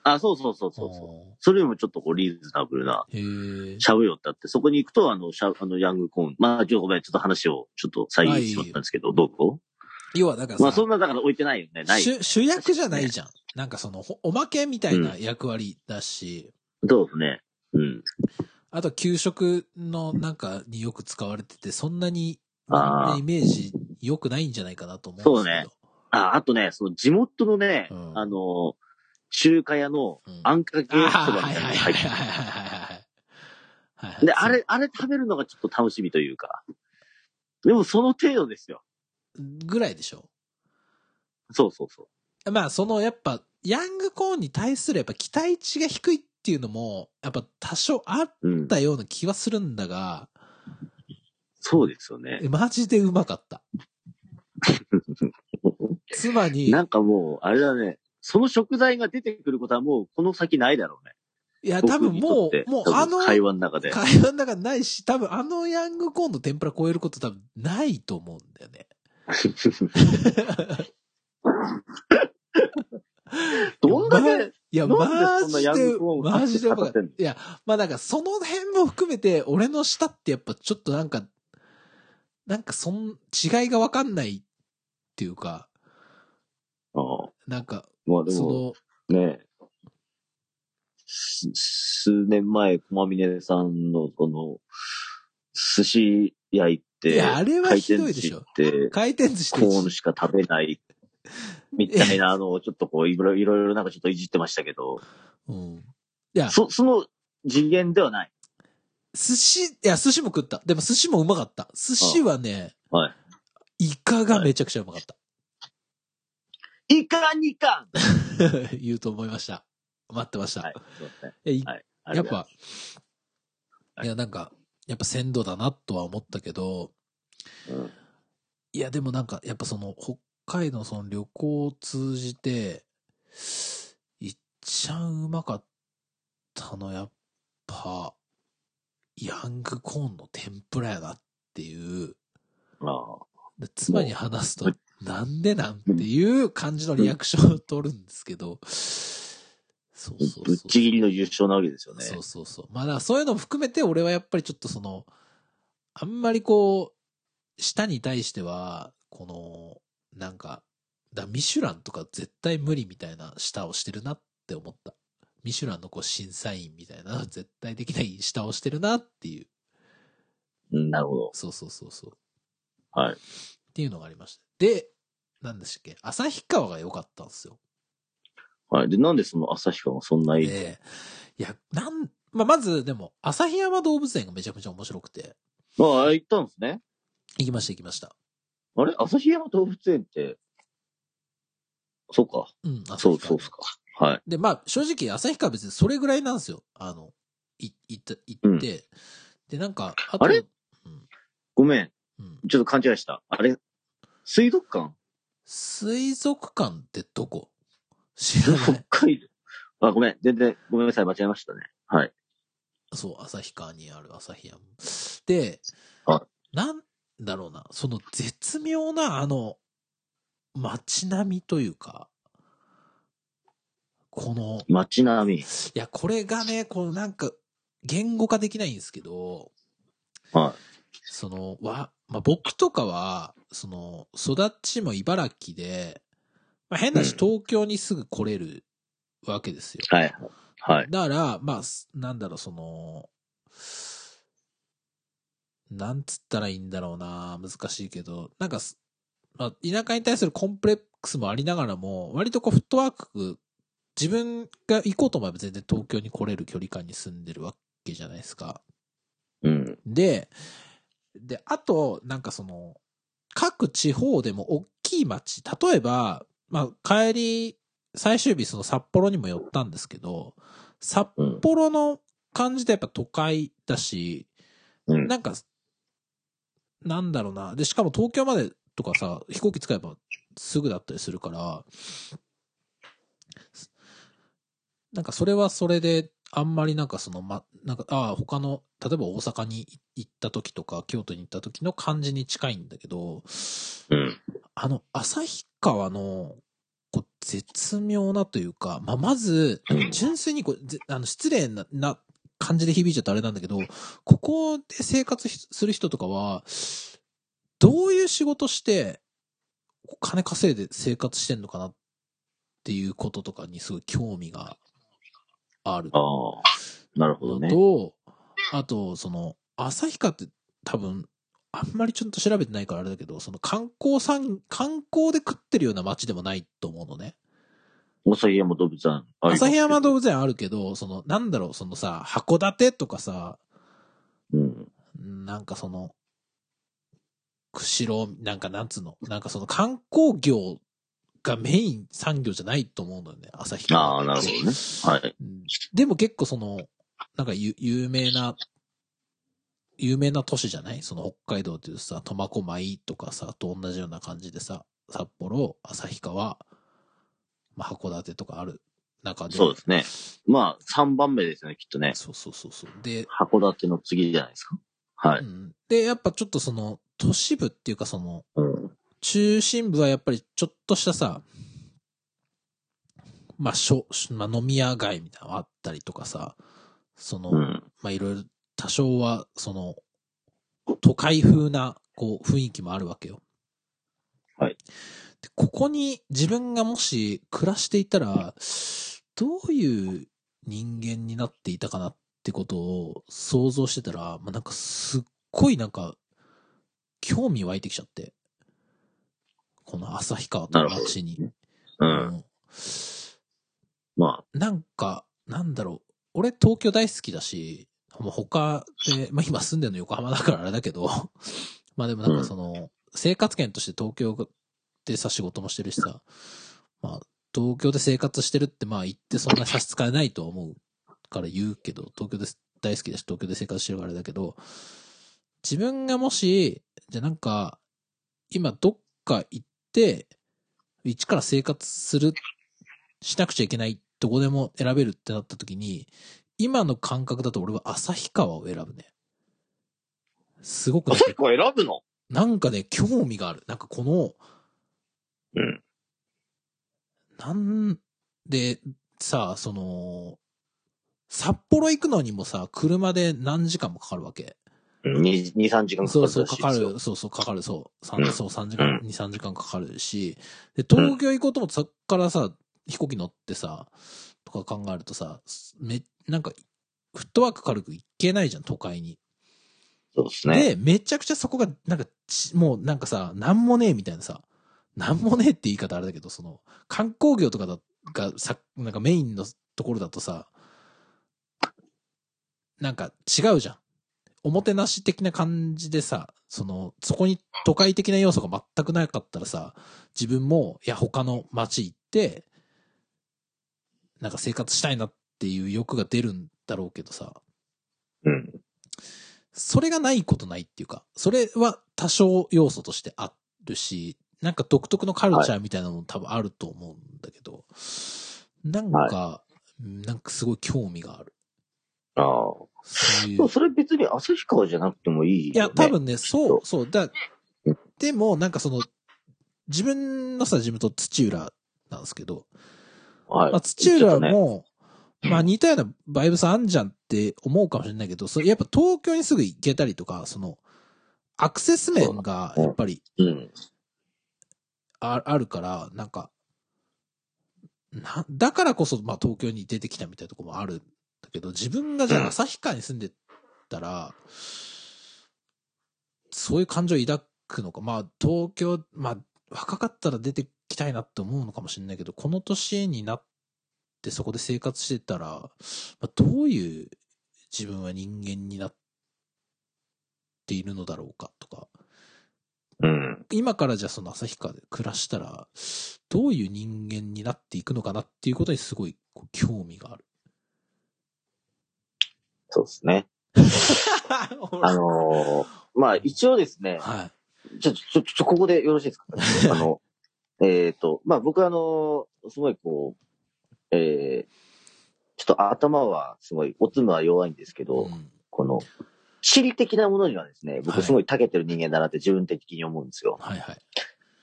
[SPEAKER 2] なあ、そうそうそうそうそう。それよりもちょっとこう、リーズナブルな、
[SPEAKER 3] う。へえ。
[SPEAKER 2] しゃぶ用ってあって、そこに行くと、あの、しゃ、あの、ヤングコーン。まあ、ちょ、ごめん、ちょっと話を、ちょっと遮ってしまったんですけど、どうぞ。
[SPEAKER 3] 要はだからさ、
[SPEAKER 2] まあ、そんな、だから置いてないよね。ない。
[SPEAKER 3] 主主役じゃないじゃん。なんかその、ほおまけみたいな役割だし、
[SPEAKER 2] そうですね。うん。
[SPEAKER 3] あと給食のなんかによく使われてて、そんなに、
[SPEAKER 2] あー
[SPEAKER 3] イメージ良くないんじゃないかなと思うんですけど。
[SPEAKER 2] あ、あとね、その地元のね、
[SPEAKER 3] うん
[SPEAKER 2] あの、中華屋の
[SPEAKER 3] うん
[SPEAKER 2] あんかけそ
[SPEAKER 3] あー
[SPEAKER 2] ばみ
[SPEAKER 3] は
[SPEAKER 2] た
[SPEAKER 3] い
[SPEAKER 2] いなの
[SPEAKER 3] は
[SPEAKER 2] が
[SPEAKER 3] い
[SPEAKER 2] 入
[SPEAKER 3] はいはい
[SPEAKER 2] ってる
[SPEAKER 3] はいはいはい。
[SPEAKER 2] で、あれ、あれ食べるのがちょっと楽しみというか。でもその程度ですよ。
[SPEAKER 3] ぐらいでしょ
[SPEAKER 2] そうそうそう。
[SPEAKER 3] まあ、そのやっぱ、ヤングコーンに対するやっぱ期待値が低いっていうのも、やっぱ多少あっ
[SPEAKER 2] うん。
[SPEAKER 3] たような気はするんだが、
[SPEAKER 2] そうですよね。
[SPEAKER 3] マジでうまかった。妻に、
[SPEAKER 2] なんかもう、あれだね。その食材が出てくることはもうこの先ないだろうね。
[SPEAKER 3] いや、多分も
[SPEAKER 2] 僕に
[SPEAKER 3] う、も
[SPEAKER 2] とって
[SPEAKER 3] うあ
[SPEAKER 2] 多分
[SPEAKER 3] の、
[SPEAKER 2] 会話の中で。
[SPEAKER 3] 会話の中ないし、多分あのヤングコーンの天ぷら超えること多分ないと思うんだよね。
[SPEAKER 2] *laughs* どんだけ、
[SPEAKER 3] いや、
[SPEAKER 2] な
[SPEAKER 3] マ
[SPEAKER 2] んでそんな
[SPEAKER 3] ジ
[SPEAKER 2] ヤン
[SPEAKER 3] で
[SPEAKER 2] グコーン、を
[SPEAKER 3] マジでうまかっ
[SPEAKER 2] 語
[SPEAKER 3] た。
[SPEAKER 2] ってん
[SPEAKER 3] い
[SPEAKER 2] の
[SPEAKER 3] や、まあなんかその辺も含めて、俺の舌ってやっぱちょっとなんか、なんかそん、違いがわかんないっていうか、
[SPEAKER 2] ああ
[SPEAKER 3] なんか、
[SPEAKER 2] まあでも、
[SPEAKER 3] そ
[SPEAKER 2] ねえ、す数年前、駒峰さんのこの、寿司屋行って、
[SPEAKER 3] いやあれは
[SPEAKER 2] 回
[SPEAKER 3] ひ
[SPEAKER 2] 転
[SPEAKER 3] どいで
[SPEAKER 2] 寿司
[SPEAKER 3] し
[SPEAKER 2] 行
[SPEAKER 3] ょ
[SPEAKER 2] って
[SPEAKER 3] の、、回転寿司
[SPEAKER 2] コ
[SPEAKER 3] で
[SPEAKER 2] ーンしか食べない、みたいな、あの、ちょっとこう、いろいろいろなんかちょっといじってましたけど、
[SPEAKER 3] うん。いや、
[SPEAKER 2] そ、その次元ではない。
[SPEAKER 3] 寿司、いや、寿司も食った。でも寿司もうまかった。寿司はね、
[SPEAKER 2] は
[SPEAKER 3] イカがめちゃくちゃうまかった。 *laughs*
[SPEAKER 2] い。イカニカ
[SPEAKER 3] 言うと思いました。待ってました。
[SPEAKER 2] はい
[SPEAKER 3] い、
[SPEAKER 2] すいません
[SPEAKER 3] やい
[SPEAKER 2] はいあり
[SPEAKER 3] や
[SPEAKER 2] が
[SPEAKER 3] っ
[SPEAKER 2] とうござい
[SPEAKER 3] ぱ、いや、なんか、やっぱ鮮度だなとは思ったけど、
[SPEAKER 2] ます、
[SPEAKER 3] いや、でもなんか、やっぱその、北海道のその旅行を通じて、いっちゃんうまかったの、やっぱ、ヤングコーンの天ぷらやなっていう、
[SPEAKER 2] うん。ああ。
[SPEAKER 3] で妻に話すと
[SPEAKER 2] も、
[SPEAKER 3] なんでなんていう感じのリアクションを取るんですけど、そうそうそう。
[SPEAKER 2] ぶっちぎりの優勝なわけですよね。
[SPEAKER 3] そうそうそう。まあ、だからそういうのも含めて、俺はやっぱりちょっとその、あんまりこう、舌に対しては、この、なんか、だミシュランとか絶対無理みたいな舌をしてるなって思った。ミシュランのこう審査員みたいな、 *laughs* 絶対できない舌をしてるなっていう。
[SPEAKER 2] うんなるほど。
[SPEAKER 3] そうそうそうそう。
[SPEAKER 2] はい。
[SPEAKER 3] っていうのがありました。で、なんでしたっけ旭川が良かったんですよ。
[SPEAKER 2] はい。で、なんでその旭川がそんないい、
[SPEAKER 3] で、いや、なん、まあ、まず、でも、旭山動物園がめちゃめちゃ面白くて、
[SPEAKER 2] ああ、行ったんですね。
[SPEAKER 3] 行きました行きました。
[SPEAKER 2] あれ旭山動物園って、そうか。
[SPEAKER 3] うん、旭川
[SPEAKER 2] そう、そうっすか。はい。
[SPEAKER 3] で、まあ、正直、旭川別にそれぐらいなんですよ。あの、い、行った、行って。で、なんか、あと
[SPEAKER 2] あれ
[SPEAKER 3] うん、
[SPEAKER 2] ごめん。
[SPEAKER 3] うん。
[SPEAKER 2] ちょっと勘違いした。あれ水族館
[SPEAKER 3] 水族館ってどこ知らな
[SPEAKER 2] 北
[SPEAKER 3] い。
[SPEAKER 2] 海道。あ、ごめん。全然、ごめんなさい。間違えましたね。はい。
[SPEAKER 3] *laughs* そう、旭川にある旭山。で、
[SPEAKER 2] は
[SPEAKER 3] なんだろうな、その絶妙な、あの、街並みというか、この、
[SPEAKER 2] 街並み。
[SPEAKER 3] いや、これがね、このなんか、言語化できないんですけど、
[SPEAKER 2] は
[SPEAKER 3] その、わ、まあ、僕とかは、その、育ちも茨城で、まあ、変なし、
[SPEAKER 2] うん
[SPEAKER 3] 東京にすぐ来れるわけですよ。
[SPEAKER 2] い。はい。はい。
[SPEAKER 3] だから、まあ、すなんだろう、その、なんつったらいいんだろうな、難しいけど、なんかす、まあ、田舎に対するコンプレックスもありながらも、割とこう、フットワーク、自分が行こうと思えば全然東京に来れる距離感に住んでるわけじゃないですか。
[SPEAKER 2] うん。
[SPEAKER 3] で、で、あと、なんかその、各地方でも大きい町、例えば、まあ、帰り、最終日その札幌にも寄ったんですけど、札
[SPEAKER 2] うん。
[SPEAKER 3] 幌の感じでやっぱ都会だし、
[SPEAKER 2] うん
[SPEAKER 3] なんか、なんだろうな。で、しかも東京までとかさ、飛行機使えばすぐだったりするから、なんかそれはそれで、あんまりなんかその、ま、なんか、ああ、他の、例えば大阪に行った時とか、京都に行った時の感じに近いんだけど、
[SPEAKER 2] うん。
[SPEAKER 3] あの、旭川の、こう、絶妙なというか、まあ、まず、
[SPEAKER 2] うん
[SPEAKER 3] 純粋にこう、ぜあの、失礼な、な感じで響いちゃったあれなんだけど、ここで生活しする人とかは、どういう仕事して、お金稼いで生活してんのかなっていうこととかにすごい興味がある
[SPEAKER 2] ああ。なるほど
[SPEAKER 3] の
[SPEAKER 2] ね。
[SPEAKER 3] と、あと、その、旭川って多分、あんまりちょっと調べてないからあれだけど、その観光さん、観光で食ってるような街でもないと思うのね。
[SPEAKER 2] 旭山動物園。
[SPEAKER 3] 旭山
[SPEAKER 2] 物
[SPEAKER 3] 動物園あるけど、その、なんだろう、そのさ、函館とかさ、
[SPEAKER 2] うん。
[SPEAKER 3] なんかその、釧路、なんかなんつうの、なんかその観光業がメイン産業じゃないと思うのよね、旭川。
[SPEAKER 2] ああ、なるほどね。はい。
[SPEAKER 3] うんでも結構その、なんかゆ有名な、有名な都市じゃないその北海道っていうさ、苫小牧とかさ、と同じような感じでさ、札幌、旭川、まあ、函館とかある中で。
[SPEAKER 2] そうですね。まあ、3番目ですよね、きっとね。
[SPEAKER 3] そうそうそうそう。で、
[SPEAKER 2] 函館の次じゃないですか。は
[SPEAKER 3] う
[SPEAKER 2] い。
[SPEAKER 3] んで、やっぱちょっとその、都市部っていうかその、
[SPEAKER 2] うん。
[SPEAKER 3] 中心部はやっぱりちょっとしたさ、まあ、しょ、まあ、飲み屋街みたいなのがあったりとかさ、その、
[SPEAKER 2] うん。
[SPEAKER 3] まあいろいろ多少はその都会風なこう雰囲気もあるわけよ。
[SPEAKER 2] はい
[SPEAKER 3] で。ここに自分がもし暮らしていたらどういう人間になっていたかなってことを想像してたら、まあ、なんかすっごいなんか興味湧いてきちゃって。この旭川という街に。
[SPEAKER 2] うん。
[SPEAKER 3] うん
[SPEAKER 2] ま
[SPEAKER 3] なんか、なんだろう。俺東京大好きだし、もう他で、まあ今住んでるの横浜だからあれだけど、 *laughs* まあでもなんかその、生活圏として東京でさ、仕事もしてるしさ、まあ東京で生活してるってまあ言ってそんな差し支えないとは思うから言うけど、東京で大好きだし、東京で生活してるからあれだけど、自分がもし、じゃあなんか、今どっか行って、一から生活する、しなくちゃいけない、どこでも選べるってなった時に、今の感覚だと俺は旭川を選ぶね。すごく
[SPEAKER 2] あ。
[SPEAKER 3] なんか
[SPEAKER 2] 旭川選ぶの
[SPEAKER 3] なんかね、興味がある。なんかこの、
[SPEAKER 2] うん。
[SPEAKER 3] なんで、さ、その、札幌行くのにもさ、車で何時間もかかるわけ。
[SPEAKER 2] 2、2 3時間かかる
[SPEAKER 3] そう
[SPEAKER 2] らし
[SPEAKER 3] そ、
[SPEAKER 2] いうですよ
[SPEAKER 3] かかる、そうそう、かかる、そう。三
[SPEAKER 2] うん
[SPEAKER 3] そう、3時間、
[SPEAKER 2] う
[SPEAKER 3] 2、3時間かかるし、で、東京行こうと思って、そっからさ、飛行機乗ってさ、とか考えるとさ、め、なんか、フットワーク軽く行けないじゃん、都会に。
[SPEAKER 2] そうですね。
[SPEAKER 3] で、めちゃくちゃそこが、なんかち、もうなんかさ、なんもねえみたいなさ、なんもねえって言い方あれだけど、その、観光業とかだがさ、なんかメインのところだとさ、なんか違うじゃん。おもてなし的な感じでさ、その、そこに都会的な要素が全くなかったらさ、自分も、いや、他の街行って、なんか生活したいなっていう欲が出るんだろうけどさ、
[SPEAKER 2] うん。
[SPEAKER 3] それがないことないっていうか、それは多少要素としてあるし、なんか独特のカルチャーみたいなのも多分あると思うんだけど、なんか、なんかすごい興味がある。
[SPEAKER 2] ああ。
[SPEAKER 3] そうい
[SPEAKER 2] で
[SPEAKER 3] う
[SPEAKER 2] も。それ別に旭川じゃなくてもいい、
[SPEAKER 3] いや、多。分ね、そう
[SPEAKER 2] そ、
[SPEAKER 3] そう。だ
[SPEAKER 2] うん、
[SPEAKER 3] でも、なんかその、自分のさ、地元土浦なんですけど、
[SPEAKER 2] はい。
[SPEAKER 3] まあ、土浦
[SPEAKER 2] ちょっ
[SPEAKER 3] も、
[SPEAKER 2] うん
[SPEAKER 3] まあ似たようなバイブスあんじゃんって思うかもしれないけど、それやっぱ東京にすぐ行けたりとか、その、アクセス面がやっぱり
[SPEAKER 2] とねうん。
[SPEAKER 3] ああるから、なんか、な、だからこそ、まあ、東京に出てきたみたいなとこもあるんだけど、自分がじゃ
[SPEAKER 2] う
[SPEAKER 3] あ
[SPEAKER 2] ん
[SPEAKER 3] 旭川に住んでたら、そういう感情を抱くのか、まあ、東京、まあ、若かったら出てきたいなって思うのかもしれないけど、この年になってそこで生活してたら、まあ、どういう自分は人間になっているのだろうかとか、
[SPEAKER 2] うん。
[SPEAKER 3] 今からじゃあその旭川で暮らしたら、どういう人間になっていくのかなっていうことにすごいこう興味がある。
[SPEAKER 2] そうですね。 *laughs* あのーまあ一応ですね、
[SPEAKER 3] はい。
[SPEAKER 2] ちょ、ちょ、ちょ、ここでよろしいです
[SPEAKER 3] *laughs*
[SPEAKER 2] かあの、えっ、と、まあ僕あのーすごいこう、えー、ちょっと頭はすごい、おつむは弱いんですけど、
[SPEAKER 3] うん
[SPEAKER 2] この、地理的なものにはですね、
[SPEAKER 3] は
[SPEAKER 2] 僕
[SPEAKER 3] い
[SPEAKER 2] すごい長けてる人間だなって自分的に思うんですよ。
[SPEAKER 3] はいはい。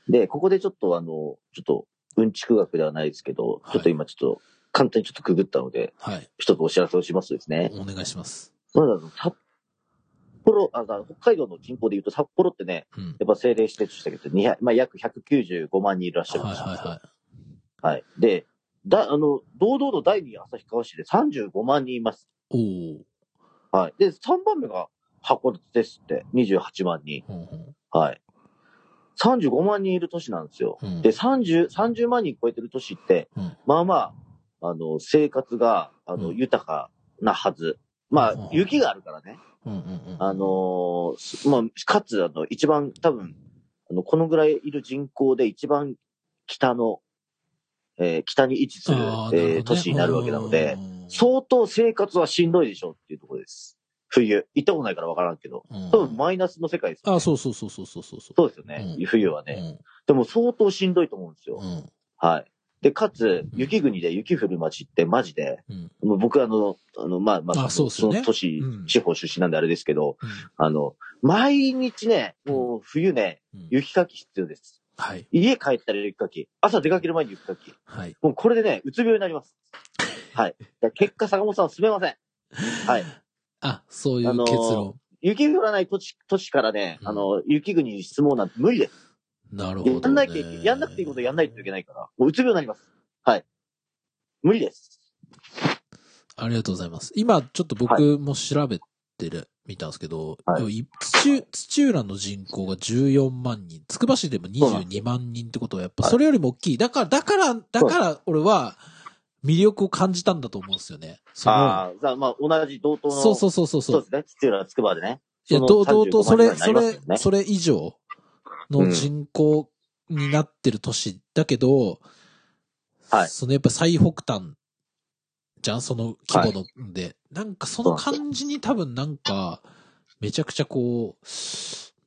[SPEAKER 2] で、ここでちょっとあの、ちょっと、うんちく学ではないですけど、
[SPEAKER 3] はい
[SPEAKER 2] ちょっと今ちょっと、簡単にちょっとくぐったので、
[SPEAKER 3] はい。
[SPEAKER 2] 一つお知らせをしますとですね、
[SPEAKER 3] お願いします。
[SPEAKER 2] まだあの札幌、あの北海道の人口で言うと札幌ってね、
[SPEAKER 3] うん。
[SPEAKER 2] やっぱ政令指定地したけど、200まあ、約195万人いらっしゃ
[SPEAKER 3] はい
[SPEAKER 2] る
[SPEAKER 3] は
[SPEAKER 2] ら
[SPEAKER 3] い
[SPEAKER 2] しいんですよ。はい
[SPEAKER 3] は
[SPEAKER 2] で、だ、あの、堂々の第2位旭川市で35万人います。
[SPEAKER 3] い。おお。
[SPEAKER 2] はい。で、3番目が函館ですって、28万人。
[SPEAKER 3] ほんほん
[SPEAKER 2] はい。35万人いる都市なんですよ。
[SPEAKER 3] うん
[SPEAKER 2] で、30、30万人超えてる都市って、
[SPEAKER 3] うん
[SPEAKER 2] まあまあ、あの、生活が、あ
[SPEAKER 3] う
[SPEAKER 2] の、
[SPEAKER 3] ん
[SPEAKER 2] 豊かなはず。ま
[SPEAKER 3] うん
[SPEAKER 2] あ、雪があるからね。
[SPEAKER 3] うんうんうん。
[SPEAKER 2] あのーすまあ、かつ、あの、一番、多分、あの、このぐらいいる人口で一番北の、えー北に位置する、
[SPEAKER 3] あー、
[SPEAKER 2] え
[SPEAKER 3] なるほどね
[SPEAKER 2] ー都市になるわけなので、、
[SPEAKER 3] うん
[SPEAKER 2] 相当生活はしんどいでしょうっていうところです。冬。行ったことないからわからんけど。
[SPEAKER 3] うん
[SPEAKER 2] 多分マイナスの世界です、ね。
[SPEAKER 3] あ、そうそうそうそうそうそう。
[SPEAKER 2] そうですよね。
[SPEAKER 3] うん
[SPEAKER 2] 冬は
[SPEAKER 3] う
[SPEAKER 2] ね。
[SPEAKER 3] ん。
[SPEAKER 2] でも相当しんどいと思うんですよ。
[SPEAKER 3] うん。
[SPEAKER 2] はい。で、かつ、雪国で雪降る街ってマジで、
[SPEAKER 3] うん。
[SPEAKER 2] もう僕あの、あの、まあ、まあ、
[SPEAKER 3] あそうっすよね
[SPEAKER 2] の都市、
[SPEAKER 3] うん
[SPEAKER 2] 地方出身なんであれですけど、
[SPEAKER 3] うん
[SPEAKER 2] あの、毎日ね、もう冬ね、
[SPEAKER 3] うん
[SPEAKER 2] 雪かき必要です。
[SPEAKER 3] はい。
[SPEAKER 2] 家帰ったら雪かき。朝出かける前に雪かき。
[SPEAKER 3] はい。
[SPEAKER 2] もうこれでね、うつ病になります。はい。だから結果、坂本さんすめません。はい。
[SPEAKER 3] あ、そういう
[SPEAKER 2] あのー
[SPEAKER 3] 結論。
[SPEAKER 2] 雪降らない都市、都市からね、
[SPEAKER 3] うん
[SPEAKER 2] あの、雪国に質問なんて無理です。
[SPEAKER 3] なるほど、ね。
[SPEAKER 2] やんなきゃいけ、やんなくていいことやんないといけないから、もううつ病になります。はい。無理です。
[SPEAKER 3] ありがとうございます。今、ちょっと僕も調べてる、みたんですけど、
[SPEAKER 2] はい
[SPEAKER 3] でもい土、土浦の人口が14万人、つくば市でも
[SPEAKER 2] そうなんで
[SPEAKER 3] 22万人ってことは、やっぱ
[SPEAKER 2] はい
[SPEAKER 3] それよりも大きい。だから、だから、だから、俺は、魅力を感じたんだと思うんですよね。その、
[SPEAKER 2] ああ、じゃあまあ同じ同等の。
[SPEAKER 3] そうそうそうそう。
[SPEAKER 2] そう
[SPEAKER 3] そう
[SPEAKER 2] ですね。土浦つくばでね。
[SPEAKER 3] いや、
[SPEAKER 2] その
[SPEAKER 3] どうどうと、
[SPEAKER 2] 35
[SPEAKER 3] そ
[SPEAKER 2] 万人
[SPEAKER 3] れ、
[SPEAKER 2] にな
[SPEAKER 3] そ
[SPEAKER 2] ります
[SPEAKER 3] れ
[SPEAKER 2] よね、
[SPEAKER 3] それ以上の人口になってる都市だけど、
[SPEAKER 2] はい
[SPEAKER 3] そのやっぱ最北端じゃんその規模ので、なんかその感じに多分なんか、めちゃくちゃこう、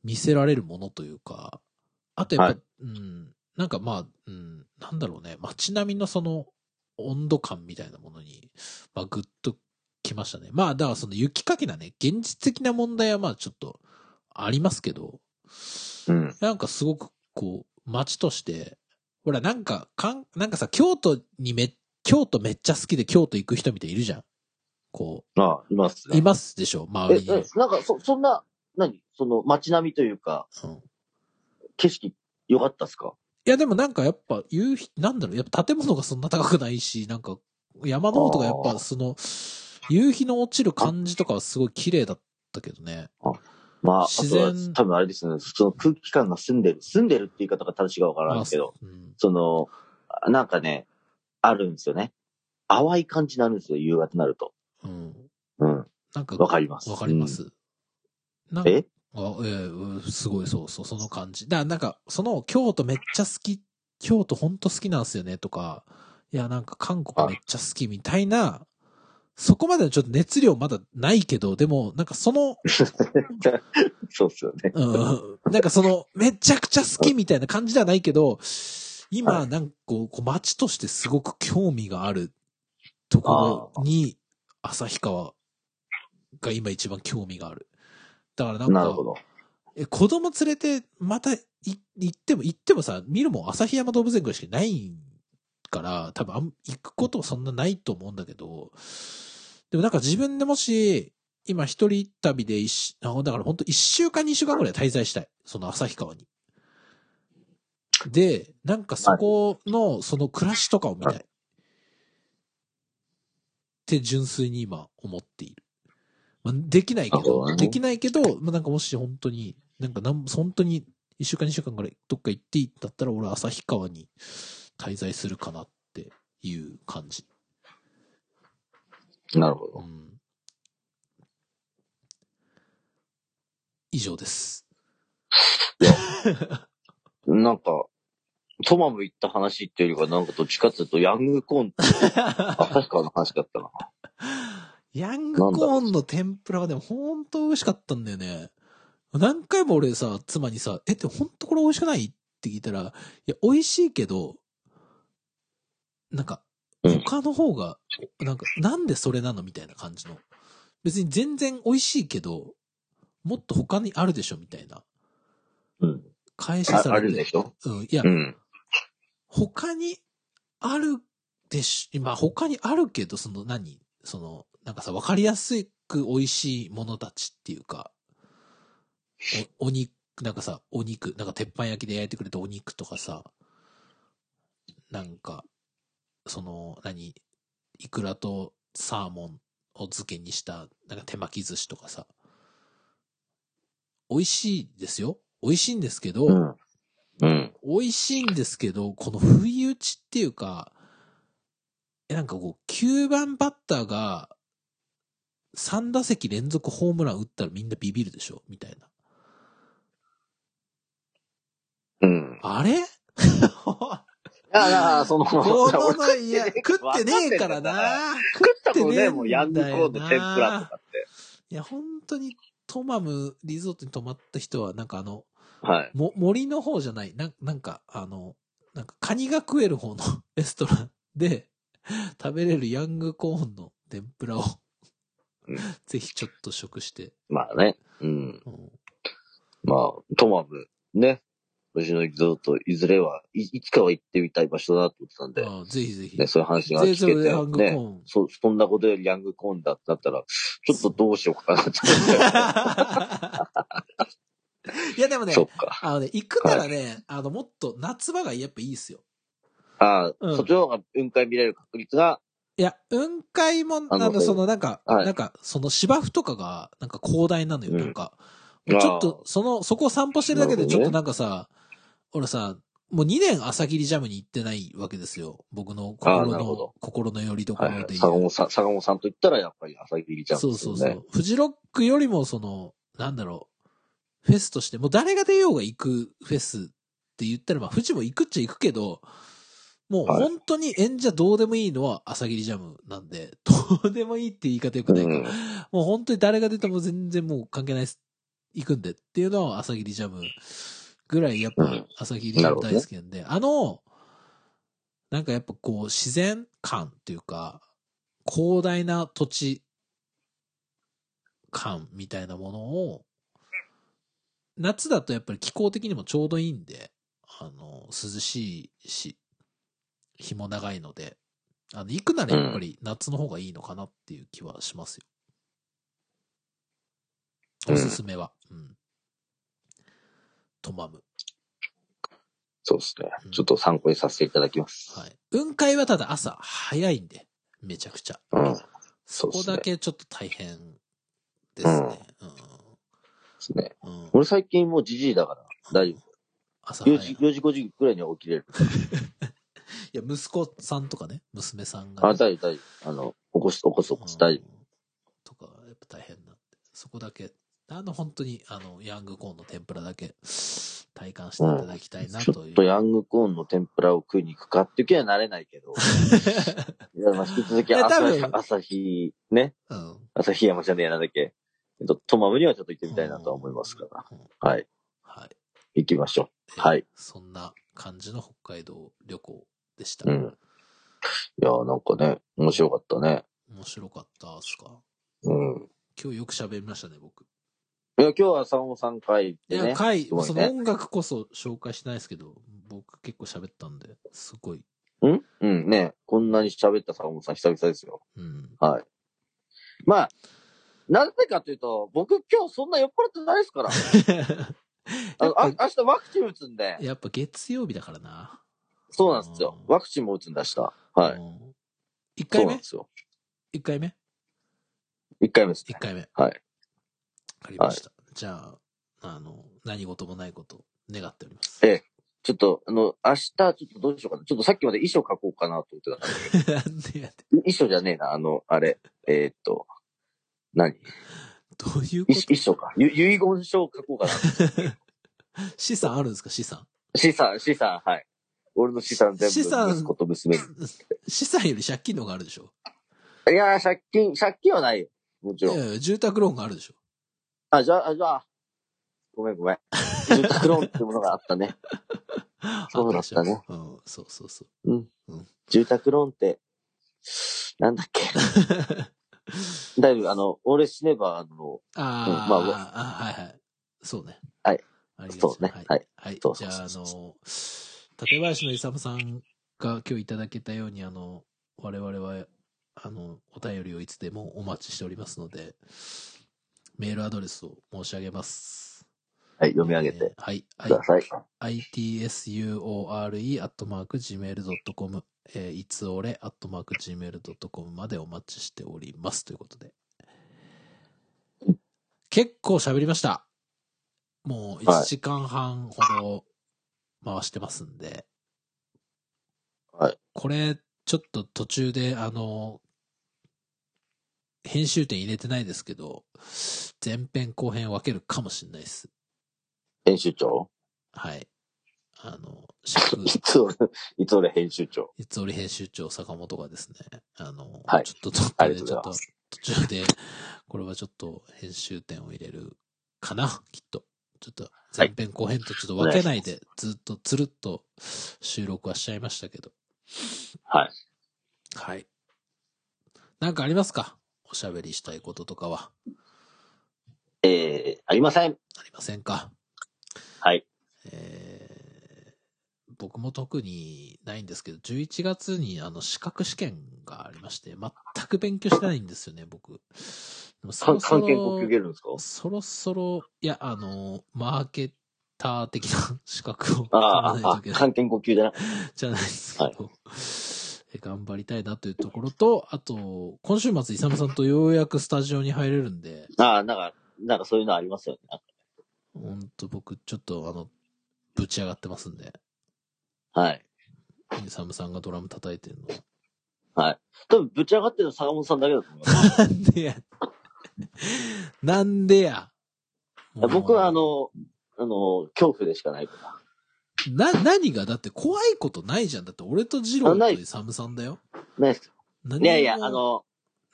[SPEAKER 3] 見せられるものというか、あとやっぱ、
[SPEAKER 2] は
[SPEAKER 3] うん、なんかまあ、うん、なんだろうね、街並みのその温度感みたいなものに、まあ、ぐっときましたね。まあ、だからその雪かきなね、現実的な問題はまあちょっとありますけど、
[SPEAKER 2] うん。
[SPEAKER 3] なんかすごくこう、街として、ほら、なんか、かん、なんかさ、京都にめ、京都めっちゃ好きで京都行く人みたいいるじゃん。こ
[SPEAKER 2] ああ、います
[SPEAKER 3] う、
[SPEAKER 2] ね。
[SPEAKER 3] いますでしょ、周
[SPEAKER 2] え、
[SPEAKER 3] りに。
[SPEAKER 2] え、なんか、そ、そんな、何その街並みというか、
[SPEAKER 3] うん
[SPEAKER 2] 景色良かったっすか
[SPEAKER 3] いや、でもなんかやっぱ、夕日、なんだろう、やっぱ建物がそんな高くないし、なんか、山の方とかやっ
[SPEAKER 2] あ
[SPEAKER 3] ぱ
[SPEAKER 2] ー
[SPEAKER 3] その、夕日の落ちる感じとかはすごい綺麗だったけどね。
[SPEAKER 2] まあ、あ
[SPEAKER 3] 自
[SPEAKER 2] と
[SPEAKER 3] 然
[SPEAKER 2] は多分あれですね、その空気感が澄んでる。澄んでるって言い方が正しいかわからんけど、
[SPEAKER 3] あうん
[SPEAKER 2] その、なんかね、あるんですよね。淡い感じになるんですよ、夕方になると。
[SPEAKER 3] うん。
[SPEAKER 2] うん。
[SPEAKER 3] なんか、
[SPEAKER 2] わかります。
[SPEAKER 3] わかります。なん
[SPEAKER 2] うん。え
[SPEAKER 3] か、あええうんすごい、そうそう、その感じ。だからなんか、その、京都めっちゃ好き、京都ほんと好きなんですよね、とか、いや、なんか韓国めっちゃ好きみたいな、そこまでのちょっと熱量まだないけど、でも、なんかその、
[SPEAKER 2] そうっすよね。
[SPEAKER 3] うん、なんかその、めちゃくちゃ好きみたいな感じではないけど、今、なんかこう、こう街としてすごく興味があるところに、旭川が今一番興味がある。だからなん
[SPEAKER 2] *laughs* なる
[SPEAKER 3] か
[SPEAKER 2] ほ、ど。
[SPEAKER 3] え子供連れて、またい行っても、行ってもさ、見るもん旭山動物園ぐらいしかないから、多分あん行くこともそんなないと思うんだけど、でもなんか自分でもし、今一人旅で一し、あだから本当一週間二週間ぐらい滞在したい。その旭川に。で、なんかそこの、その暮らしとかを見たい。って純粋に今思っている。まあ、できないけ
[SPEAKER 2] なる
[SPEAKER 3] ど
[SPEAKER 2] ほ、どね
[SPEAKER 3] できないけど、まあ、なんかもし本当に、なんかなん本当に一週間二週間ぐらいどっか行っていいんだったら俺は旭川に滞在するかなっていう感じ。
[SPEAKER 2] なるほ
[SPEAKER 3] う
[SPEAKER 2] ど。
[SPEAKER 3] ん。以上です。
[SPEAKER 2] なんか、トマム行った話っていうよりは、なんかどっちかっていうと、ヤングコーンと、
[SPEAKER 3] *laughs*
[SPEAKER 2] 旭川の話だったな。
[SPEAKER 3] ヤングコーンの天ぷらがでもほんと美味しかったんだよね。何回も俺さ、妻にさ、え、ってほんとこれ美味しくないって聞いたら、いや、美味しいけど、なんか、
[SPEAKER 2] うん
[SPEAKER 3] 他の方が、なんか、なんでそれなのみたいな感じの。別に全然美味しいけど、もっと他にあるでしょみたいな。
[SPEAKER 2] うん。
[SPEAKER 3] 返し
[SPEAKER 2] あ
[SPEAKER 3] さ
[SPEAKER 2] ある
[SPEAKER 3] れて。
[SPEAKER 2] んでしょ
[SPEAKER 3] うん。いや、
[SPEAKER 2] うん。
[SPEAKER 3] 他にあるでし、まあ他にあるけど、その何その、なんかさ、わかりやすく美味しいものたちっていうか、お、お肉、なんかさ、お肉、なんか鉄板焼きで焼いてくれたお肉とかさ、なんか、その、何イクラとサーモンを漬けにした、なんか手巻き寿司とかさ、美味しいですよ。美味しいんですけど、
[SPEAKER 2] うん。うん。
[SPEAKER 3] 美味しいんですけど、この不意打ちっていうか、え、なんかこう、9番バッターが、3打席連続ホームラン打ったらみんなビビるでしょみたいな。
[SPEAKER 2] うん。
[SPEAKER 3] あれ *laughs*
[SPEAKER 2] ああ、だからその、
[SPEAKER 3] この
[SPEAKER 2] 俺
[SPEAKER 3] の、
[SPEAKER 2] *laughs*
[SPEAKER 3] いや、食ってねえからな。
[SPEAKER 2] 食ったことね、もう
[SPEAKER 3] 食ってねえんだよな
[SPEAKER 2] ヤングコーンの天ぷらとかって。
[SPEAKER 3] いや、本当に、トマムリゾートに泊まった人は、なんかあの、
[SPEAKER 2] はい。
[SPEAKER 3] も、森の方じゃない、なん、なんか、あの、なんか、カニが食える方の *laughs* レストランで、食べれるヤングコーンの天ぷらを
[SPEAKER 2] うん、
[SPEAKER 3] ぜひちょっと食して。
[SPEAKER 2] まあね。うん。
[SPEAKER 3] うん
[SPEAKER 2] まあ、トマム、ね。星野リゾート、いずれは、いいつかは行ってみたい場所だなと思ってたんで、
[SPEAKER 3] ああぜひぜひ。
[SPEAKER 2] ね、そういう話が
[SPEAKER 3] ぜひ
[SPEAKER 2] 聞
[SPEAKER 3] ぜひ
[SPEAKER 2] け
[SPEAKER 3] ヤングコ
[SPEAKER 2] て、ね。*laughs*
[SPEAKER 3] ーン。
[SPEAKER 2] そ、そんなことよりヤングコーンだってなったら、ちょっとどうしようかなって思っ
[SPEAKER 3] いや、でも
[SPEAKER 2] て。
[SPEAKER 3] *laughs* ね
[SPEAKER 2] そ、っか。
[SPEAKER 3] あのね、行くならね、あの、もっと夏場がやっぱいいですよ。
[SPEAKER 2] ああ、
[SPEAKER 3] うん
[SPEAKER 2] そっちの方が雲海見れる確率が、
[SPEAKER 3] いや、雲海も、
[SPEAKER 2] あの
[SPEAKER 3] なんだ、その、なんか、
[SPEAKER 2] はい
[SPEAKER 3] なんか、その芝生とかが、なんか広大なのよ、
[SPEAKER 2] うん
[SPEAKER 3] なんか。
[SPEAKER 2] あー
[SPEAKER 3] ちょっと、その、そこを散歩してるだけで、
[SPEAKER 2] な
[SPEAKER 3] ち
[SPEAKER 2] る
[SPEAKER 3] ょ
[SPEAKER 2] ほどね
[SPEAKER 3] っとなんかさ、俺さ、もう2年朝霧ジャムに行ってないわけですよ。僕の
[SPEAKER 2] あー
[SPEAKER 3] 心
[SPEAKER 2] なるほ
[SPEAKER 3] の
[SPEAKER 2] ど、
[SPEAKER 3] 心のよりどこ
[SPEAKER 2] は
[SPEAKER 3] ろ
[SPEAKER 2] いはい。
[SPEAKER 3] で言う。
[SPEAKER 2] 坂本さん、坂本さんと言ったらやっぱり朝霧ちゃんですよ
[SPEAKER 3] そう
[SPEAKER 2] ね。
[SPEAKER 3] そうそう。フジロックよりも、その、なんだろう、フェスとして、もう誰が出ようが行くフェスって言ったら、まあ、フジも行くっちゃ行くけど、もう
[SPEAKER 2] はい
[SPEAKER 3] 本当に演者どうでもいいのは朝霧ジャムなんで、 *laughs* どうでもいいって言い方よくないか。
[SPEAKER 2] うん
[SPEAKER 3] もう本当に誰が出ても全然もう関係ないです。行くんでっていうのは朝霧ジャムぐらいやっ
[SPEAKER 2] う
[SPEAKER 3] ぱ
[SPEAKER 2] ん
[SPEAKER 3] 朝霧ジャム大好きなんで、あの、なんかやっぱこう自然感っていうか、広大な土地感みたいなものを、夏だとやっぱり気候的にもちょうどいいんで、あの、涼しいし、日も長いので、あの、行くならやっぱり夏の方がいいのかなっていう気はしますよ。
[SPEAKER 2] うん
[SPEAKER 3] おすすめは。うん。トマム。
[SPEAKER 2] そうですね
[SPEAKER 3] うん。
[SPEAKER 2] ちょっと参考にさせていただきます。
[SPEAKER 3] はい。雲海はただ朝早いんで、めちゃくちゃ。
[SPEAKER 2] うん。で
[SPEAKER 3] そ
[SPEAKER 2] そう
[SPEAKER 3] こ
[SPEAKER 2] っすね
[SPEAKER 3] だけちょっと大変ですね。
[SPEAKER 2] すね。
[SPEAKER 3] うん。うん、
[SPEAKER 2] 俺最近もうじじいだから、大丈
[SPEAKER 3] 朝
[SPEAKER 2] 夫。
[SPEAKER 3] 早
[SPEAKER 2] 4
[SPEAKER 3] い。
[SPEAKER 2] 時、
[SPEAKER 3] い
[SPEAKER 2] 4時5時くらいには起きれる。
[SPEAKER 3] や、息子さんとかね、娘さんが、ね。
[SPEAKER 2] あ、大丈夫、大丈夫。あの、起こす、起こす、起こす、大丈
[SPEAKER 3] うんとか、やっぱ大変なんで、そこだけ、あの、本当に、あの、ヤングコーンの天ぷらだけ、体感していただきたいな
[SPEAKER 2] 夫。ち
[SPEAKER 3] と
[SPEAKER 2] ょ
[SPEAKER 3] い
[SPEAKER 2] っ
[SPEAKER 3] う。
[SPEAKER 2] とヤングコーンの天ぷらを食いに行くかっていう気にはなれないけど。 *laughs* いや、まあ、引き続き
[SPEAKER 3] いや多
[SPEAKER 2] 朝
[SPEAKER 3] 分
[SPEAKER 2] 日、朝日、ね。
[SPEAKER 3] うん。
[SPEAKER 2] 朝日山じゃねえやなんだっけ。えっと、トマムにはちょっと行ってみたいなとは思いますから。
[SPEAKER 3] うん。
[SPEAKER 2] はい。
[SPEAKER 3] はい。
[SPEAKER 2] 行きましょう。はい。
[SPEAKER 3] そんな感じの北海道旅行でした。
[SPEAKER 2] うん。いやーなんかね、面白かったね。
[SPEAKER 3] 面白かったっすか
[SPEAKER 2] うん。
[SPEAKER 3] 今日よく喋りましたね、僕。
[SPEAKER 2] いや、今日は坂本さん会行っ
[SPEAKER 3] い
[SPEAKER 2] て
[SPEAKER 3] や、
[SPEAKER 2] ね。
[SPEAKER 3] 回、
[SPEAKER 2] ごいね
[SPEAKER 3] その音楽こそ紹介してないですけど、僕結構喋ったんで、すごい。
[SPEAKER 2] うんうん、ねこんなに喋った坂本さん久々ですよ。
[SPEAKER 3] うん。
[SPEAKER 2] はい。まあ、なぜかというと、僕今日そんな酔っ払ってないです
[SPEAKER 3] *laughs*
[SPEAKER 2] から。あのあ明日ワクチン打つんで。
[SPEAKER 3] やっぱ月曜日だからな。
[SPEAKER 2] そうなんですよ。ワクチンも打つんだした。はい。
[SPEAKER 3] い。
[SPEAKER 2] そ
[SPEAKER 3] 1
[SPEAKER 2] う
[SPEAKER 3] 回
[SPEAKER 2] なん
[SPEAKER 3] 目
[SPEAKER 2] ですよ。
[SPEAKER 3] ?1 回目
[SPEAKER 2] 一回目です、
[SPEAKER 3] 一
[SPEAKER 2] ね。
[SPEAKER 3] 回目。
[SPEAKER 2] はい
[SPEAKER 3] わかりました。じゃあ、あの、何事もないことを願っております。
[SPEAKER 2] えちょっと、あの、明日、ちょっとどうしようかな。ちょっとさっきまで衣装書こうかなと思ってたから。
[SPEAKER 3] なん *laughs* でやって、
[SPEAKER 2] 衣装じゃねえな、あの、あれ。えーっと、何
[SPEAKER 3] どういうこ
[SPEAKER 2] 衣衣装か。ゆ遺言書を書こうかなと思って。
[SPEAKER 3] 資産あるんですか資産。
[SPEAKER 2] 資産、資産、はい。俺の資産全
[SPEAKER 3] 資産
[SPEAKER 2] 部、息子と娘に。
[SPEAKER 3] *clears throat* 資産より借金の方があるでしょ。
[SPEAKER 2] いやー、借金、借金はないよ。もち
[SPEAKER 3] い
[SPEAKER 2] ろ
[SPEAKER 3] や
[SPEAKER 2] ん。
[SPEAKER 3] いや住宅ローンがあるでしょ。
[SPEAKER 2] あ、じゃあ、あじゃあ、ごめんごめん。住宅ローンってものがあった
[SPEAKER 3] *laughs*
[SPEAKER 2] ね。そうだったね
[SPEAKER 3] あでしょ。うん、そうそうそう。
[SPEAKER 2] 住宅ローンって、なんだっ
[SPEAKER 3] *laughs*
[SPEAKER 2] け。だいぶ、あの、俺死ねば、あの、
[SPEAKER 3] あー、
[SPEAKER 2] まあ
[SPEAKER 3] あ、はいはい。そうね。
[SPEAKER 2] はい
[SPEAKER 3] ありがと
[SPEAKER 2] そうね
[SPEAKER 3] は。
[SPEAKER 2] はい
[SPEAKER 3] はい
[SPEAKER 2] そう。そ
[SPEAKER 3] じ
[SPEAKER 2] う
[SPEAKER 3] ゃあ、あ
[SPEAKER 2] そう
[SPEAKER 3] の、館林の勇さんが今日いただけたように、あの、我々は、あの、お便りをいつでもお待ちしておりますので、メールアドレスを申し上げます。
[SPEAKER 2] はい、読み上げ
[SPEAKER 3] えー
[SPEAKER 2] て
[SPEAKER 3] はい。
[SPEAKER 2] ください。
[SPEAKER 3] itsure.gmail.com、えー、いつおれ .gmail.com までお待ちしておりますということで。結構喋りました。もう
[SPEAKER 2] はい
[SPEAKER 3] 1時間半ほど回してますんで。
[SPEAKER 2] はい
[SPEAKER 3] これ、ちょっと途中で、あの、編集点入れてないですけど、前編後編分けるかもしれないです。
[SPEAKER 2] 編集長
[SPEAKER 3] はい。あの、
[SPEAKER 2] *laughs*
[SPEAKER 3] 尺、
[SPEAKER 2] いつ俺、いつ俺編集長。
[SPEAKER 3] いつおり編集長坂本がですね、あの、
[SPEAKER 2] はい
[SPEAKER 3] ちょっと途
[SPEAKER 2] あり
[SPEAKER 3] 中で、
[SPEAKER 2] が
[SPEAKER 3] ち
[SPEAKER 2] と
[SPEAKER 3] ょ
[SPEAKER 2] うござい
[SPEAKER 3] っと
[SPEAKER 2] ます。
[SPEAKER 3] 途中で、これはちょっと編集点を入れるかな、きっと。ちょっと前編後編とちょっと分けないで、ずっとつるっと収録はしちゃいましたけど。
[SPEAKER 2] はい。
[SPEAKER 3] はい。なんかありますかおしゃべりしたいこととかは
[SPEAKER 2] えー、ありません。
[SPEAKER 3] ありませんか
[SPEAKER 2] はい。
[SPEAKER 3] えー僕も特にないんですけど、11月にあの資格試験がありまして、全く勉強してないんですよね、僕。でもそ
[SPEAKER 2] 関
[SPEAKER 3] ろそ
[SPEAKER 2] 関係国受
[SPEAKER 3] ろ、
[SPEAKER 2] けるんですか
[SPEAKER 3] そろそろ、いや、あの、マーケター的な資格を取ら
[SPEAKER 2] あ
[SPEAKER 3] ない
[SPEAKER 2] ーあ
[SPEAKER 3] といけ
[SPEAKER 2] ー、
[SPEAKER 3] ない
[SPEAKER 2] 関係呼吸じゃなく
[SPEAKER 3] じゃないですけど、え頑張りたいなというところと、あと、今週末、イサムさんとようやくスタジオに入れるんで、
[SPEAKER 2] ああ、なんか、なんかそういうのありますよね。なんか
[SPEAKER 3] ほんと僕、ちょっとあの、ぶち上がってますんで、
[SPEAKER 2] はい。
[SPEAKER 3] イサムさんがドラム叩いてるのを
[SPEAKER 2] 多分、ぶち上がってるの坂本さんだけだと思います。
[SPEAKER 3] *laughs* なんでや。なんでや。 *laughs* もう
[SPEAKER 2] 僕はあ、の、あの、恐怖でしかないか
[SPEAKER 3] な、何がだって怖いことないじゃん。だって俺とジロ
[SPEAKER 2] あな
[SPEAKER 3] ー
[SPEAKER 2] い
[SPEAKER 3] とイサムさんだよ。
[SPEAKER 2] ら。ないです。
[SPEAKER 3] 何も
[SPEAKER 2] いやいや、あ、の、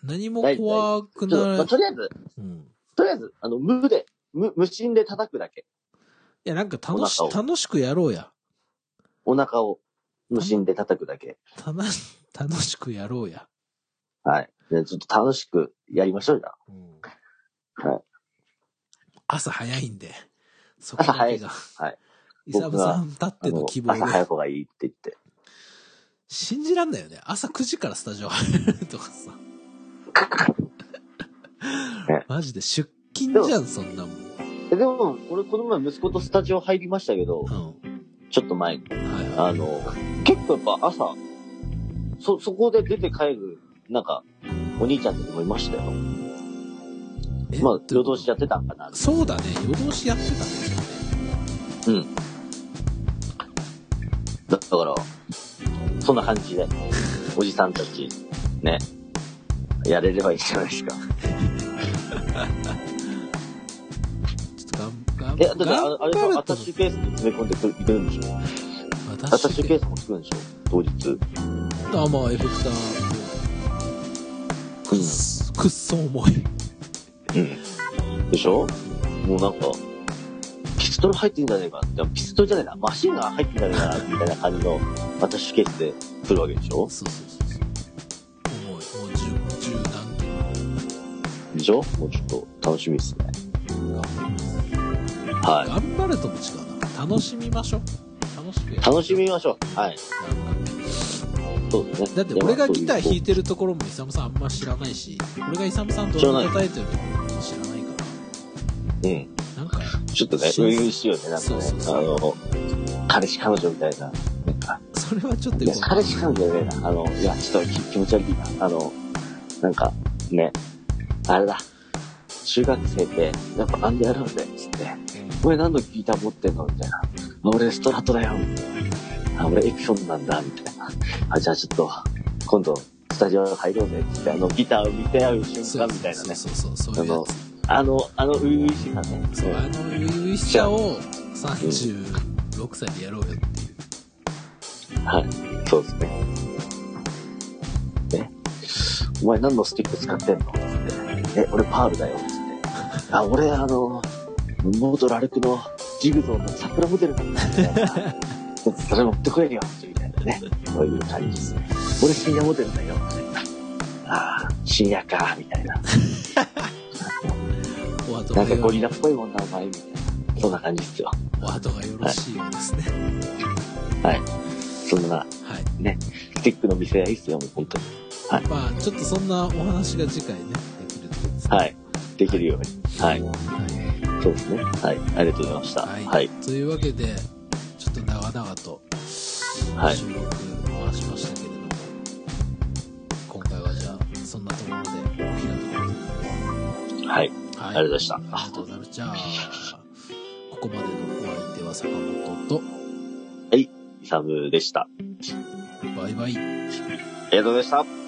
[SPEAKER 3] 何も怖く
[SPEAKER 2] ちょっと
[SPEAKER 3] な
[SPEAKER 2] まあ
[SPEAKER 3] い。
[SPEAKER 2] とりあえず、
[SPEAKER 3] うん。
[SPEAKER 2] とりあえず、あの、無で、無、無心で叩くだけ。
[SPEAKER 3] いや、なんか楽し
[SPEAKER 2] お、腹
[SPEAKER 3] 楽しくやろうや。
[SPEAKER 2] お腹を無心で叩くだけ。
[SPEAKER 3] たな、楽しくやろうや。
[SPEAKER 2] はい。でちょっと楽しくやりましょうじゃあ。
[SPEAKER 3] うん。
[SPEAKER 2] はい。
[SPEAKER 3] 朝早いんで。そこだけが。
[SPEAKER 2] 早いはい。
[SPEAKER 3] イサムさんたって
[SPEAKER 2] あ
[SPEAKER 3] の
[SPEAKER 2] の
[SPEAKER 3] 希、望
[SPEAKER 2] 朝早
[SPEAKER 3] で。
[SPEAKER 2] い方がいいって言って。
[SPEAKER 3] 信じらんないよね。朝9時からスタジオ入るとかさ。
[SPEAKER 2] ね
[SPEAKER 3] マジで出勤じゃん、そんなもん。
[SPEAKER 2] えでも、俺この前息子とスタジオ入りましたけど
[SPEAKER 3] う、ん。
[SPEAKER 2] ちょっと前に。
[SPEAKER 3] はいはい。
[SPEAKER 2] あの、結構やっぱ朝、そ、そこで出て帰る、なんか、お兄ちゃんとかもいましたよ。
[SPEAKER 3] え
[SPEAKER 2] まあ、夜通しやってたんかな。
[SPEAKER 3] そうだね、夜通しやってたんですよね。
[SPEAKER 2] だから、そんな感じで、おじさんたち、ね、やれればいいじゃないですか。
[SPEAKER 3] ちょっと頑頑
[SPEAKER 2] え、だってあ
[SPEAKER 3] 頑
[SPEAKER 2] のあれ
[SPEAKER 3] 張
[SPEAKER 2] さ、ア
[SPEAKER 3] る
[SPEAKER 2] タ
[SPEAKER 3] と
[SPEAKER 2] ッシュケースに詰め込んでくいくんでしょアタッシ
[SPEAKER 3] 私
[SPEAKER 2] ュケースも作るんでしょ当日。
[SPEAKER 3] あ、まあ、エフェクター、くっそくっそ重い。
[SPEAKER 2] うん。でしょもうなんか、ピストル入ってんじゃねえかって、ピストルじゃねえな、マシンが入ってんじゃねえかな、みたいな感じのアタッシュケースで作るわけでしょ
[SPEAKER 3] そうそうそうそう。重い。もう10、十何キ
[SPEAKER 2] でしょもうちょっと楽しみですね。
[SPEAKER 3] ロ頑
[SPEAKER 2] はい。
[SPEAKER 3] 頑張るとも違うな。楽しみましょう。楽しくやる
[SPEAKER 2] 楽しみましょう。はい。
[SPEAKER 3] なんか
[SPEAKER 2] そうですね。
[SPEAKER 3] だって俺がギター弾い
[SPEAKER 2] い
[SPEAKER 3] てるところもイサムさんあんま知らないし、俺がイサムさんと
[SPEAKER 2] 知らない
[SPEAKER 3] 叩いてるところも知らないか
[SPEAKER 2] て。うん。
[SPEAKER 3] ら、なんか、
[SPEAKER 2] ちょっとね、初々しいよね、なんか
[SPEAKER 3] そう
[SPEAKER 2] ね
[SPEAKER 3] そう。
[SPEAKER 2] あ
[SPEAKER 3] そう
[SPEAKER 2] の、彼氏彼女みたいな。なんか、
[SPEAKER 3] それはちょっと
[SPEAKER 2] い
[SPEAKER 3] よ
[SPEAKER 2] や
[SPEAKER 3] く、わかん
[SPEAKER 2] 彼
[SPEAKER 3] ない
[SPEAKER 2] 氏彼女みたいな。あの、いや、ちょっと気気持ち悪いな。あの、なんか、ね、あれだ。中学生って、やっぱバンドやるんだよ、つって。お前何のギター持ってんのみたいな。あ俺ストラトだよ、みたいな。あ俺エピソードなんだ、みたいな。あ、じゃあちょっと、今度、スタジオ入ろうぜ、つって、あの、ギターを見て合う瞬
[SPEAKER 3] そう
[SPEAKER 2] 間みたいなね。
[SPEAKER 3] そうそうそう、そういうやつ。
[SPEAKER 2] あの、あの、初々しさね。
[SPEAKER 3] そう、あの、初々しさを、 36歳でやろうよっていう。
[SPEAKER 2] はい。そうですね。ね。お前何のスティック使ってんのつって。え、俺パールだよ。つって。あ、俺あの、元ラルクのジグゾーの桜モデルなんだみたいな。それ持ってこいよ。みたいなね。そういう感じですね。俺深夜モデルだよ。みたいな。ああ、深夜か。みたいな。
[SPEAKER 3] お後
[SPEAKER 2] な
[SPEAKER 3] が
[SPEAKER 2] んか
[SPEAKER 3] よ
[SPEAKER 2] ゴ
[SPEAKER 3] ろ
[SPEAKER 2] リラっぽいもんな、お前。みたいな。そんな感じですよ。
[SPEAKER 3] お後がよろしいようですね。
[SPEAKER 2] はい。そんな、
[SPEAKER 3] はい。
[SPEAKER 2] ね、スティックの見せ合いですよ、もう本当に。
[SPEAKER 3] まあ、ちょっとそんなお話が次回ね、できるといいですね。
[SPEAKER 2] はい。できるように。はい。
[SPEAKER 3] はい。
[SPEAKER 2] そうですね。はい。ありがとうございました。
[SPEAKER 3] はい
[SPEAKER 2] はい。
[SPEAKER 3] というわけで、ちょっと長々と
[SPEAKER 2] はい
[SPEAKER 3] 収録はしましたけれども、今回はじゃあ、そんなところでお開きと
[SPEAKER 2] はい。あ
[SPEAKER 3] は
[SPEAKER 2] りがとうございました
[SPEAKER 3] ありがとうございます。じゃあ、ここまでのお相手は坂本と、
[SPEAKER 2] イサムでした。
[SPEAKER 3] バイバイ。
[SPEAKER 2] ありがとうございました。